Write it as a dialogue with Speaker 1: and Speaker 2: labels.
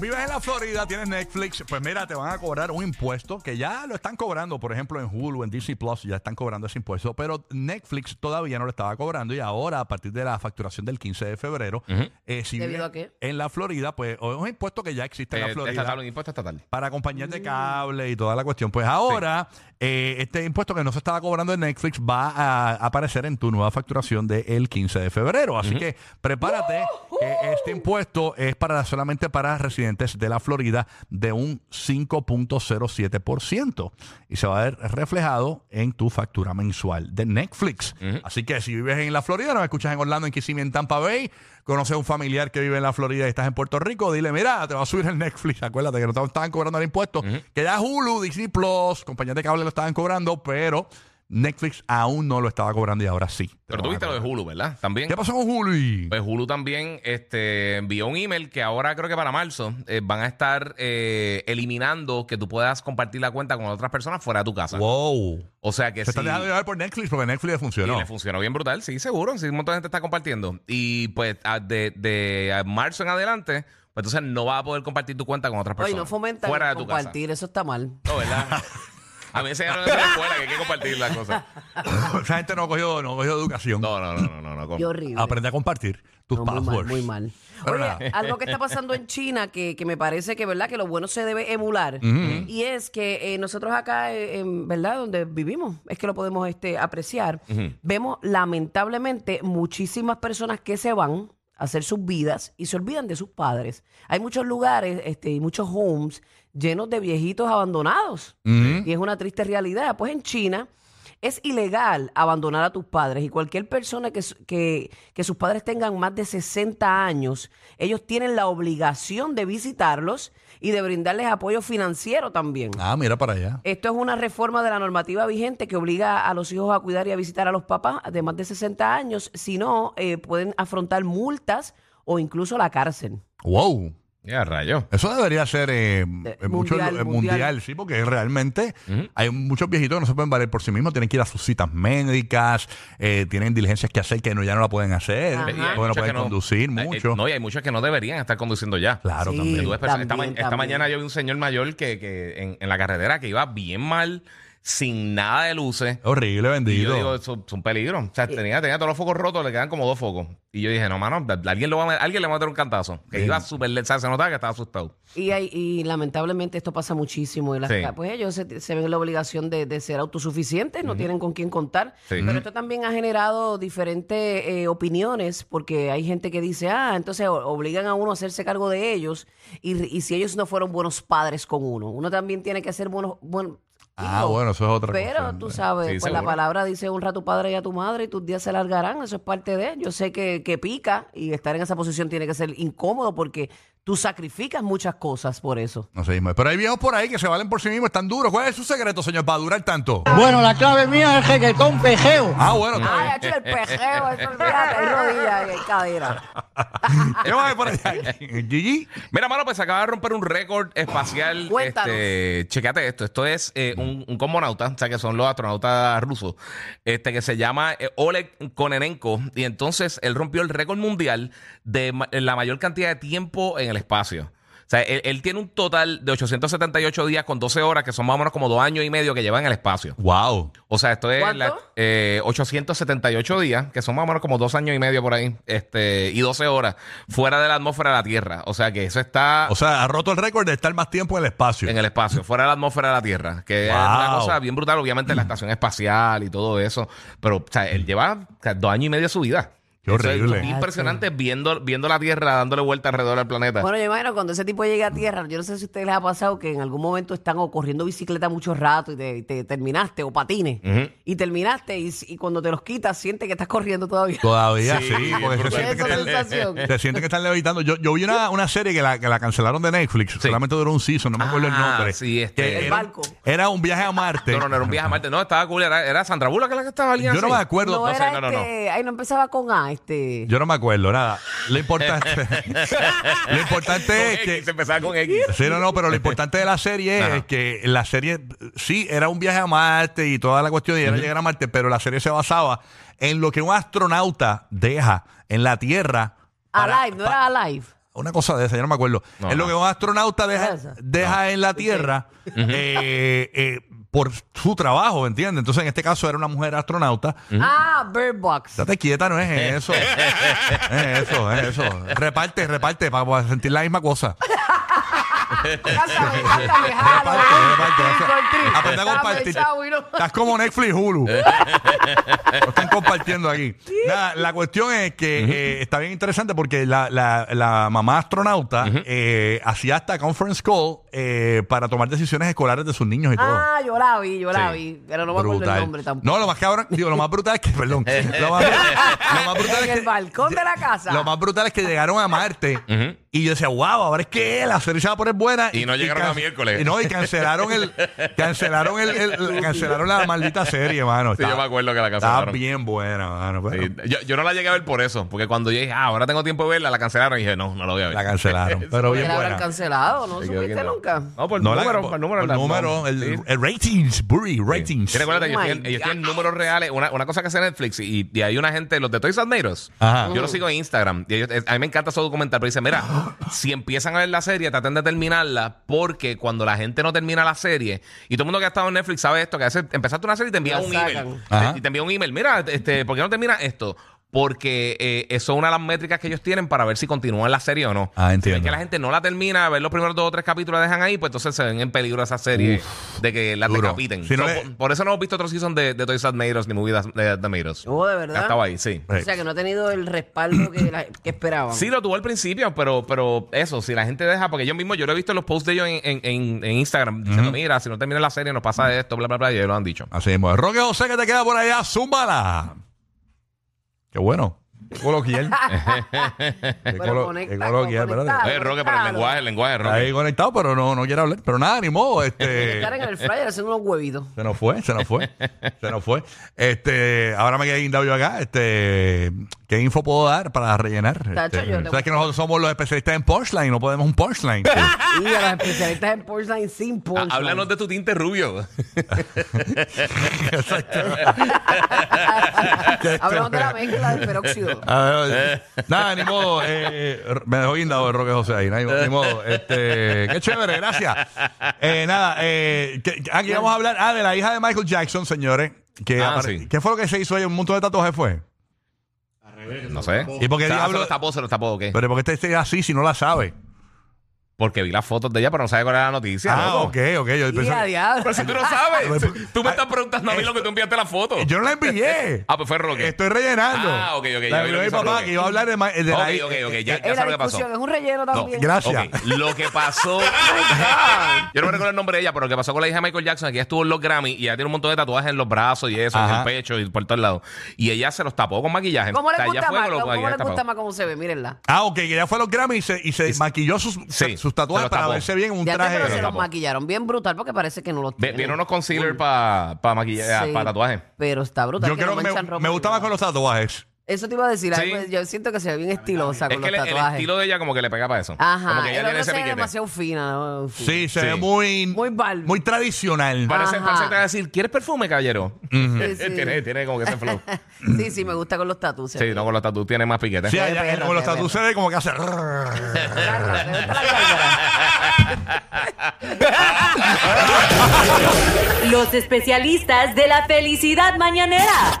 Speaker 1: vives en la Florida, tienes Netflix, pues mira, te van a cobrar un impuesto que ya lo están cobrando, por ejemplo, en Hulu, en Disney Plus, ya están cobrando ese impuesto, pero Netflix todavía no lo estaba cobrando y ahora, a partir de la facturación del 15 de febrero, eh, si
Speaker 2: ¿Debido
Speaker 1: vives
Speaker 2: a qué?
Speaker 1: en la Florida, pues es un impuesto que ya existe en la
Speaker 3: Eh, estatal,
Speaker 1: Florida.
Speaker 3: un impuesto estatal.
Speaker 1: Para compañías
Speaker 2: Mm.
Speaker 1: de cable y toda la cuestión. Pues ahora, eh, este impuesto que no se estaba cobrando en Netflix va a aparecer en tu nueva facturación del 15 de febrero. Así que prepárate. que este impuesto es para solamente para residentes de la Florida de un 5.07% y se va a ver reflejado en tu factura mensual de Netflix. Así que si vives en la Florida, nos escuchas en Orlando, en Kissimmee, en Tampa Bay, conoces a un familiar que vive en la Florida y estás en Puerto Rico, dile, mira, te va a subir el Netflix. Acuérdate que no te estaban cobrando el impuesto. Que ya Hulu, Disney Plus, compañías de cable lo estaban cobrando, pero Netflix aún no lo estaba cobrando y ahora sí. Te
Speaker 3: Pero
Speaker 1: lo
Speaker 3: tú
Speaker 1: van a
Speaker 3: viste lo de
Speaker 1: cobrar.
Speaker 3: Hulu, ¿verdad? También.
Speaker 1: ¿Qué pasó con Hulu?
Speaker 3: Pues Hulu también este, envió un email que ahora creo que para marzo eh, van a estar eh, eliminando que tú puedas compartir la cuenta con otras personas fuera de tu casa.
Speaker 1: Wow.
Speaker 3: O sea que
Speaker 1: Se
Speaker 3: sí.
Speaker 1: están dejando llevar por Netflix porque Netflix le
Speaker 3: Y
Speaker 1: funcionó.
Speaker 3: le funcionó bien brutal, sí, seguro. Sí, un montón de gente está compartiendo. Y pues a- de, de a marzo en adelante, pues entonces no vas a poder compartir tu cuenta con otras
Speaker 2: Oye,
Speaker 3: personas.
Speaker 2: no fomentan
Speaker 3: Fuera de tu casa.
Speaker 2: compartir, eso está mal.
Speaker 3: No, ¿verdad? a mí me enseñaron eso en la escuela que hay que compartir las cosas.
Speaker 1: Esa gente no cogió, no cogió educación.
Speaker 3: No, no, no, no, no. no.
Speaker 2: Qué horrible.
Speaker 1: Aprende a compartir tus
Speaker 2: No, muy
Speaker 1: passwords.
Speaker 2: mal, muy mal.
Speaker 1: Pero
Speaker 2: Oye,
Speaker 1: nada.
Speaker 2: algo que está pasando en China que, que me parece que, ¿verdad? Que lo bueno se debe emular. Y es que eh, nosotros acá, eh, en, ¿verdad? Donde vivimos, es que lo podemos este, apreciar. Vemos lamentablemente muchísimas personas que se van a hacer sus vidas y se olvidan de sus padres. Hay muchos lugares este, y muchos homes llenos de viejitos abandonados. Y es una triste realidad. Pues en China es ilegal abandonar a tus padres y cualquier persona que, su- que, que sus padres tengan más de 60 años, ellos tienen la obligación de visitarlos y de brindarles apoyo financiero también.
Speaker 1: Ah, mira para allá.
Speaker 2: Esto es una reforma de la normativa vigente que obliga a los hijos a cuidar y a visitar a los papás de más de 60 años, si no, eh, pueden afrontar multas o incluso la cárcel.
Speaker 1: Wow.
Speaker 3: Ya, rayo.
Speaker 1: Eso debería ser eh, en muchos lu-
Speaker 2: mundial,
Speaker 1: eh, mundial,
Speaker 2: mundial.
Speaker 1: sí, porque realmente hay muchos viejitos que no se pueden valer por sí mismos, tienen que ir a sus citas médicas, eh, tienen diligencias que hacer que no, ya no la pueden hacer,
Speaker 2: Ajá.
Speaker 3: Y hay
Speaker 1: porque no
Speaker 3: muchos
Speaker 1: pueden
Speaker 3: que
Speaker 1: conducir
Speaker 3: eh, eh,
Speaker 1: mucho.
Speaker 3: no, y hay muchos que no deberían estar conduciendo ya.
Speaker 1: claro,
Speaker 2: Sí.
Speaker 3: Que tú
Speaker 1: también.
Speaker 3: ves personas- esta, ma-
Speaker 2: También,
Speaker 3: esta
Speaker 2: también.
Speaker 3: mañana yo vi un señor mayor que, que en, en la carretera que iba bien mal, sin nada de luces.
Speaker 1: Horrible,
Speaker 3: Y
Speaker 1: bendito.
Speaker 3: yo digo, eso es un peligro. O sea, tenía, tenía todos los focos rotos, le quedan como dos focos. Y yo dije, no, mano, alguien, lo va a, met- alguien le va a meter un cantazo. Que
Speaker 1: Sí.
Speaker 3: iba súper le- o sea, se notaba que estaba asustado.
Speaker 2: Y, hay- y lamentablemente esto pasa muchísimo. Y las
Speaker 3: Sí.
Speaker 2: ca- Pues ellos se, se ven la obligación de, de ser autosuficientes, no tienen con quién contar.
Speaker 3: Sí.
Speaker 2: Pero esto también ha generado diferentes eh, opiniones, porque hay gente que dice, ah, entonces o- obligan a uno a hacerse cargo de ellos. Y, y si ellos no fueron buenos padres con uno, uno también tiene que ser buenos. buen
Speaker 1: ah,
Speaker 2: hijo.
Speaker 1: bueno, eso es otra cosa.
Speaker 2: Pero tú sabes,
Speaker 3: Sí,
Speaker 2: pues la
Speaker 3: seguro.
Speaker 2: palabra dice honra a tu padre y a tu madre y tus días se alargarán, eso es parte de. Yo sé que, que pica y estar en esa posición tiene que ser incómodo porque tú sacrificas muchas cosas por eso.
Speaker 1: No sé, mismo. pero hay viejos por ahí que se valen por sí mismos, están duros. ¿Cuál es su secreto, señor, para durar tanto?
Speaker 4: Bueno, la clave mía es reggaetón pejeo.
Speaker 1: Ah, bueno, está
Speaker 2: Ay,
Speaker 1: bien.
Speaker 2: ha hecho el pejeo, eso olvídate, hay rodillas y hay cadera.
Speaker 1: ¿Qué más hay por allá? Eh, Gigi.
Speaker 3: Mira, mano, pues se acaba de romper un récord espacial.
Speaker 2: Cuéntanos.
Speaker 3: Este, chequéate esto. Esto es eh, un, un cosmonauta, o sea, que son los astronautas rusos, este, que se llama eh, Oleg Kononenko. Y entonces él rompió el récord mundial de ma- la mayor cantidad de tiempo en el espacio. O sea, él, él tiene un total de 878 días con 12 horas, que son más o menos como dos años y medio que lleva en el espacio.
Speaker 1: Wow.
Speaker 3: O sea, esto es
Speaker 2: ¿Cuánto?
Speaker 3: la- eh, 878 días, que son más o menos como dos años y medio por ahí, este, y 12 horas fuera de la atmósfera de la Tierra. O sea que eso está
Speaker 1: O sea, ha roto el récord de estar más tiempo en el espacio.
Speaker 3: Ah. en el espacio, fuera de la atmósfera de la Tierra, que es
Speaker 1: Wow.
Speaker 3: una cosa bien brutal, obviamente la estación espacial y todo eso, pero o sea, él lleva o sea, dos años y medio de su vida.
Speaker 1: Qué
Speaker 3: Eso es
Speaker 1: horrible.
Speaker 3: bien impresionante viendo, viendo la Tierra dándole vuelta alrededor del planeta.
Speaker 2: Bueno, yo imagino cuando ese tipo llega a tierra, yo no sé si a ustedes les ha pasado que en algún momento están o corriendo bicicleta mucho rato y te, te terminaste, o patines,
Speaker 3: Ujú.
Speaker 2: y terminaste, y, y cuando te los quitas, sientes que estás corriendo todavía.
Speaker 1: Todavía sí,
Speaker 3: Sí,
Speaker 1: porque
Speaker 3: brutal.
Speaker 1: se siente, que
Speaker 2: Esa
Speaker 1: están,
Speaker 2: sensación.
Speaker 1: se siente que están levitando. Yo, yo vi una, una serie que la, que la cancelaron de Netflix, solamente duró un season, no me acuerdo el
Speaker 3: Ah,
Speaker 1: nombre.
Speaker 3: sí, este-
Speaker 1: Que
Speaker 3: El
Speaker 1: era,
Speaker 2: barco.
Speaker 1: era un viaje a Marte.
Speaker 3: No, no, no era un viaje a Marte. No, estaba cool. Era, era Sandra Bullock la que estaba alguien
Speaker 1: Yo no
Speaker 3: así.
Speaker 1: me acuerdo.
Speaker 2: No,
Speaker 3: no sé,
Speaker 2: era
Speaker 3: no, no, no.
Speaker 2: este, ay, no empezaba con A, este.
Speaker 1: Yo no me acuerdo, nada. Lo importante, lo importante
Speaker 3: Con
Speaker 1: es
Speaker 3: X,
Speaker 1: que.
Speaker 3: empezaba con X.
Speaker 1: Sí, no, no, pero lo importante de la serie es
Speaker 3: Ajá.
Speaker 1: que la serie eh, sí era un viaje a Marte y toda la cuestión y era llegar a Marte, pero la serie se basaba en lo que un astronauta deja en la Tierra. para-
Speaker 2: Alive, no era Alive.
Speaker 1: Una cosa de esa, yo no me acuerdo.
Speaker 3: No,
Speaker 1: es lo
Speaker 3: no.
Speaker 1: que un astronauta
Speaker 2: Esa.
Speaker 1: deja, deja en la Tierra eh, eh, por su trabajo, ¿entiendes? Entonces, en este caso era una mujer astronauta.
Speaker 2: Ah, Bird Box.
Speaker 1: Estate quieta, no es eso. es eso, es eso. Reparte, reparte, para sentir la misma cosa.
Speaker 2: Cántame, cántame, jalo.
Speaker 1: Reparte, reparte.
Speaker 2: country, country.
Speaker 1: Aprende a
Speaker 2: Dame,
Speaker 1: pues compartir.
Speaker 2: chao, y no-
Speaker 1: Estás como Netflix Hulu. Lo están compartiendo aquí. Nada, la cuestión es que eh, está bien interesante porque la, la- la mamá astronauta eh, hacía hasta conference call eh, para tomar decisiones escolares de sus niños y todo.
Speaker 2: Ah, yo la vi, yo la
Speaker 3: Sí.
Speaker 2: vi. Pero no me acuerdo el nombre tampoco.
Speaker 1: No, lo más cabrón, digo, lo más brutal es que, perdón, lo más, lo más brutal es
Speaker 2: en
Speaker 1: que
Speaker 2: el balcón de la casa.
Speaker 1: lo más brutal es que llegaron a Marte
Speaker 3: Ujú.
Speaker 1: y yo decía, wow, ahora es que la serie se va a poner buena.
Speaker 3: Y no llegaron a
Speaker 1: can-
Speaker 3: miércoles.
Speaker 1: Y no, y cancelaron el, cancelaron el, el- cancelaron la maldita serie, mano.
Speaker 3: Sí, yo me acuerdo que la
Speaker 1: Está
Speaker 3: cancelaron.
Speaker 1: bien buena, mano. pero
Speaker 3: Sí, Yo, yo no la llegué a ver por eso, porque cuando yo dije, ah, ahora tengo tiempo de verla, la cancelaron y dije, no, no la voy a ver.
Speaker 1: La cancelaron. pero
Speaker 2: Porque
Speaker 1: bien
Speaker 2: la habrán
Speaker 1: buena.
Speaker 2: cancelado, ¿no
Speaker 3: Se quedó
Speaker 2: supiste
Speaker 3: aquí, no.
Speaker 2: nunca?
Speaker 3: No, por el
Speaker 1: No la-
Speaker 3: número,
Speaker 1: por-
Speaker 3: por el número.
Speaker 1: por
Speaker 3: la-
Speaker 1: número,
Speaker 3: no.
Speaker 1: el,
Speaker 3: Sí.
Speaker 1: el ratings, Bury, ratings.
Speaker 3: Sí, recuerda,
Speaker 2: Oh
Speaker 3: ellos,
Speaker 2: my
Speaker 3: tienen, ellos
Speaker 2: God.
Speaker 3: tienen números reales. Una, una cosa que hace Netflix y, y hay una gente, los de Toys Admiros.
Speaker 1: Ajá.
Speaker 3: Yo los sigo en Instagram. Y ellos- eh, a mí me encanta su documental, pero dicen, mira, si empiezan a ver la serie, traten de terminarla, porque cuando la gente no termina la serie, y todo el mundo que ha estado en Netflix sabe esto, que a veces empezaste una serie y te envía
Speaker 2: La
Speaker 3: un email.
Speaker 1: Ajá.
Speaker 3: Te- Y te envía un email, mira, este, ¿por qué no termina esto? Porque eh, eso es una de las métricas que ellos tienen para ver si continúan la serie o no.
Speaker 1: Ah,
Speaker 3: Si
Speaker 1: entiendo.
Speaker 3: ven que la gente no la termina, ver los primeros dos o tres capítulos la dejan ahí, pues entonces se ven en peligro esa serie de que la
Speaker 1: duro.
Speaker 3: decapiten.
Speaker 1: Si no
Speaker 3: So,
Speaker 1: le-
Speaker 3: por- por eso no hemos visto otro season de, de Toys Admiros ni movidas de Admiros.
Speaker 2: Oh, de
Speaker 3: Ya
Speaker 2: verdad.
Speaker 3: estaba ahí, sí.
Speaker 2: O sea que no ha tenido el respaldo que, la- que esperaban.
Speaker 3: Sí, lo tuvo al principio, pero, pero eso, si la gente deja, porque yo mismo, yo lo he visto en los posts de ellos en, en- en- en Instagram, diciendo, mira, si no termina la serie nos pasa esto, bla, bla, bla, y ellos lo han dicho.
Speaker 1: Así mismo. Roque José, que te queda por allá, zúmbala. Qué bueno. Qué coloquial. Qué
Speaker 2: Pero
Speaker 1: colo-
Speaker 2: conecta-
Speaker 1: qué coloquial, espérate.
Speaker 2: conectado.
Speaker 3: Oye, Roque, pero el
Speaker 2: claro.
Speaker 3: lenguaje, el lenguaje,
Speaker 1: Está Ah, ahí
Speaker 3: Roque.
Speaker 1: conectado, pero no, no quiere hablar. Pero nada, ni modo. Este,
Speaker 2: Estar en el fryer haciendo unos huevitos.
Speaker 1: se nos fue, se nos fue. se nos fue. Este, ahora me quedé guindado yo acá. Este, ¿Qué info puedo dar para rellenar?
Speaker 2: Tacho,
Speaker 1: Este,
Speaker 2: yo le-
Speaker 1: Sabes que nosotros somos los especialistas en punchline, no podemos un punchline.
Speaker 2: Y a los especialistas en porcelain sin
Speaker 3: Ah,
Speaker 2: porcelain.
Speaker 3: Háblanos de tu tinte rubio.
Speaker 1: Exacto.
Speaker 2: Hablamos de la mezcla del peróxido.
Speaker 1: A ver, nada, ni modo. eh, me dejó guindado el Roque José ahí. Ni, ni modo. Este, qué chévere, gracias. Eh, nada, eh, que- que- aquí vamos a hablar ah, de la hija de Michael Jackson, señores. Que
Speaker 3: Ah,
Speaker 1: apare-
Speaker 3: sí.
Speaker 1: ¿Qué fue lo que se hizo ahí? ¿Un montón de tatuajes fue?
Speaker 3: No sé.
Speaker 1: ¿Y por qué
Speaker 3: O sea,
Speaker 1: diablo-
Speaker 3: Se los tapó, se los tapó, ¿o qué?
Speaker 1: Pero porque este es así si no la sabe?
Speaker 3: Porque vi las fotos de ella, pero no sabía cuál era la noticia.
Speaker 1: ah,
Speaker 3: loco.
Speaker 1: ok, ok. Yo,
Speaker 2: Y
Speaker 1: pensé-
Speaker 2: a diablo.
Speaker 3: Pero si tú no sabes, tú- tú me estás preguntando a mí lo que tú enviaste la foto.
Speaker 1: yo no la envié.
Speaker 3: Ah, pues fue Roque.
Speaker 1: Estoy rellenando.
Speaker 3: Ah, ok, ok, ya
Speaker 1: La
Speaker 3: vi
Speaker 1: envió
Speaker 3: lo que
Speaker 1: mi
Speaker 3: hizo
Speaker 1: papá
Speaker 3: Roque.
Speaker 1: que iba a hablar de, ma- de la
Speaker 3: Ok, ok, ok, ya, ya
Speaker 2: Eh, la
Speaker 3: sabes lo que pasó.
Speaker 2: discusión es un relleno también.
Speaker 1: Gracias.
Speaker 3: Ok, Lo que pasó. yo no me recuerdo el nombre de ella, pero lo que pasó con la hija de Michael Jackson, que ella estuvo en los Grammy y ella tiene un montón de tatuajes en los brazos y eso, en
Speaker 1: Ajá.
Speaker 3: el pecho y por todos lados. Y ella se los tapó con maquillaje.
Speaker 2: ¿Cómo
Speaker 3: Em, O sea,
Speaker 2: les
Speaker 3: ella
Speaker 2: gusta
Speaker 3: fue
Speaker 2: más?
Speaker 3: con los
Speaker 2: ¿Cómo les
Speaker 3: maquillajes
Speaker 2: gusta
Speaker 3: tapados.
Speaker 2: más cómo se ve? Mírenla.
Speaker 1: Ah, ok, que ya fue a los Grammy y se, y se maquilló sus,
Speaker 3: sí,
Speaker 1: sus
Speaker 3: se
Speaker 1: tatuajes
Speaker 3: los
Speaker 1: para
Speaker 3: tapó.
Speaker 1: verse bien en un
Speaker 2: Ya
Speaker 1: traje.
Speaker 2: pero se los
Speaker 3: Tapó.
Speaker 2: maquillaron bien brutal porque parece que no los
Speaker 3: Ve- eh,
Speaker 2: tienen.
Speaker 3: Viene unos concealer para maquillaje,
Speaker 2: Sí.
Speaker 3: para tatuaje.
Speaker 2: Pero está brutal.
Speaker 1: Yo
Speaker 2: que
Speaker 1: creo
Speaker 2: no
Speaker 1: que me,
Speaker 2: manchan ropa
Speaker 1: me
Speaker 2: ni
Speaker 1: gusta
Speaker 2: nada.
Speaker 1: más con los tatuajes.
Speaker 2: Eso te iba a decir.
Speaker 3: Sí.
Speaker 2: ay, pues, yo siento que se ve bien estilosa
Speaker 3: Es
Speaker 2: con
Speaker 3: que
Speaker 2: los
Speaker 3: el, el
Speaker 2: tatuajes.
Speaker 3: estilo de ella como que le pega para eso.
Speaker 2: Ajá.
Speaker 3: Como que ella
Speaker 2: el
Speaker 3: tiene
Speaker 2: otro
Speaker 3: ese
Speaker 2: se ve
Speaker 3: piquete.
Speaker 2: demasiado fina. ¿no?
Speaker 1: Sí, se
Speaker 3: Sí.
Speaker 1: ve muy,
Speaker 2: Muy Barbie.
Speaker 1: muy tradicional.
Speaker 2: Vale.
Speaker 3: Parece,
Speaker 2: Ajá.
Speaker 3: parece que te va a decir, ¿quieres perfume, caballero?
Speaker 2: Sí, sí.
Speaker 3: tiene, tiene como que ese flow.
Speaker 2: Sí, sí, me gusta con los tatuajes.
Speaker 3: sí, no, con los tatuajes tiene más piquete.
Speaker 1: Sí,
Speaker 2: Se ve
Speaker 1: allá-
Speaker 2: perro,
Speaker 1: con los
Speaker 2: se ve
Speaker 1: tatuajes se
Speaker 2: perro.
Speaker 1: ve como que hace.
Speaker 5: Los especialistas de la felicidad mañanera.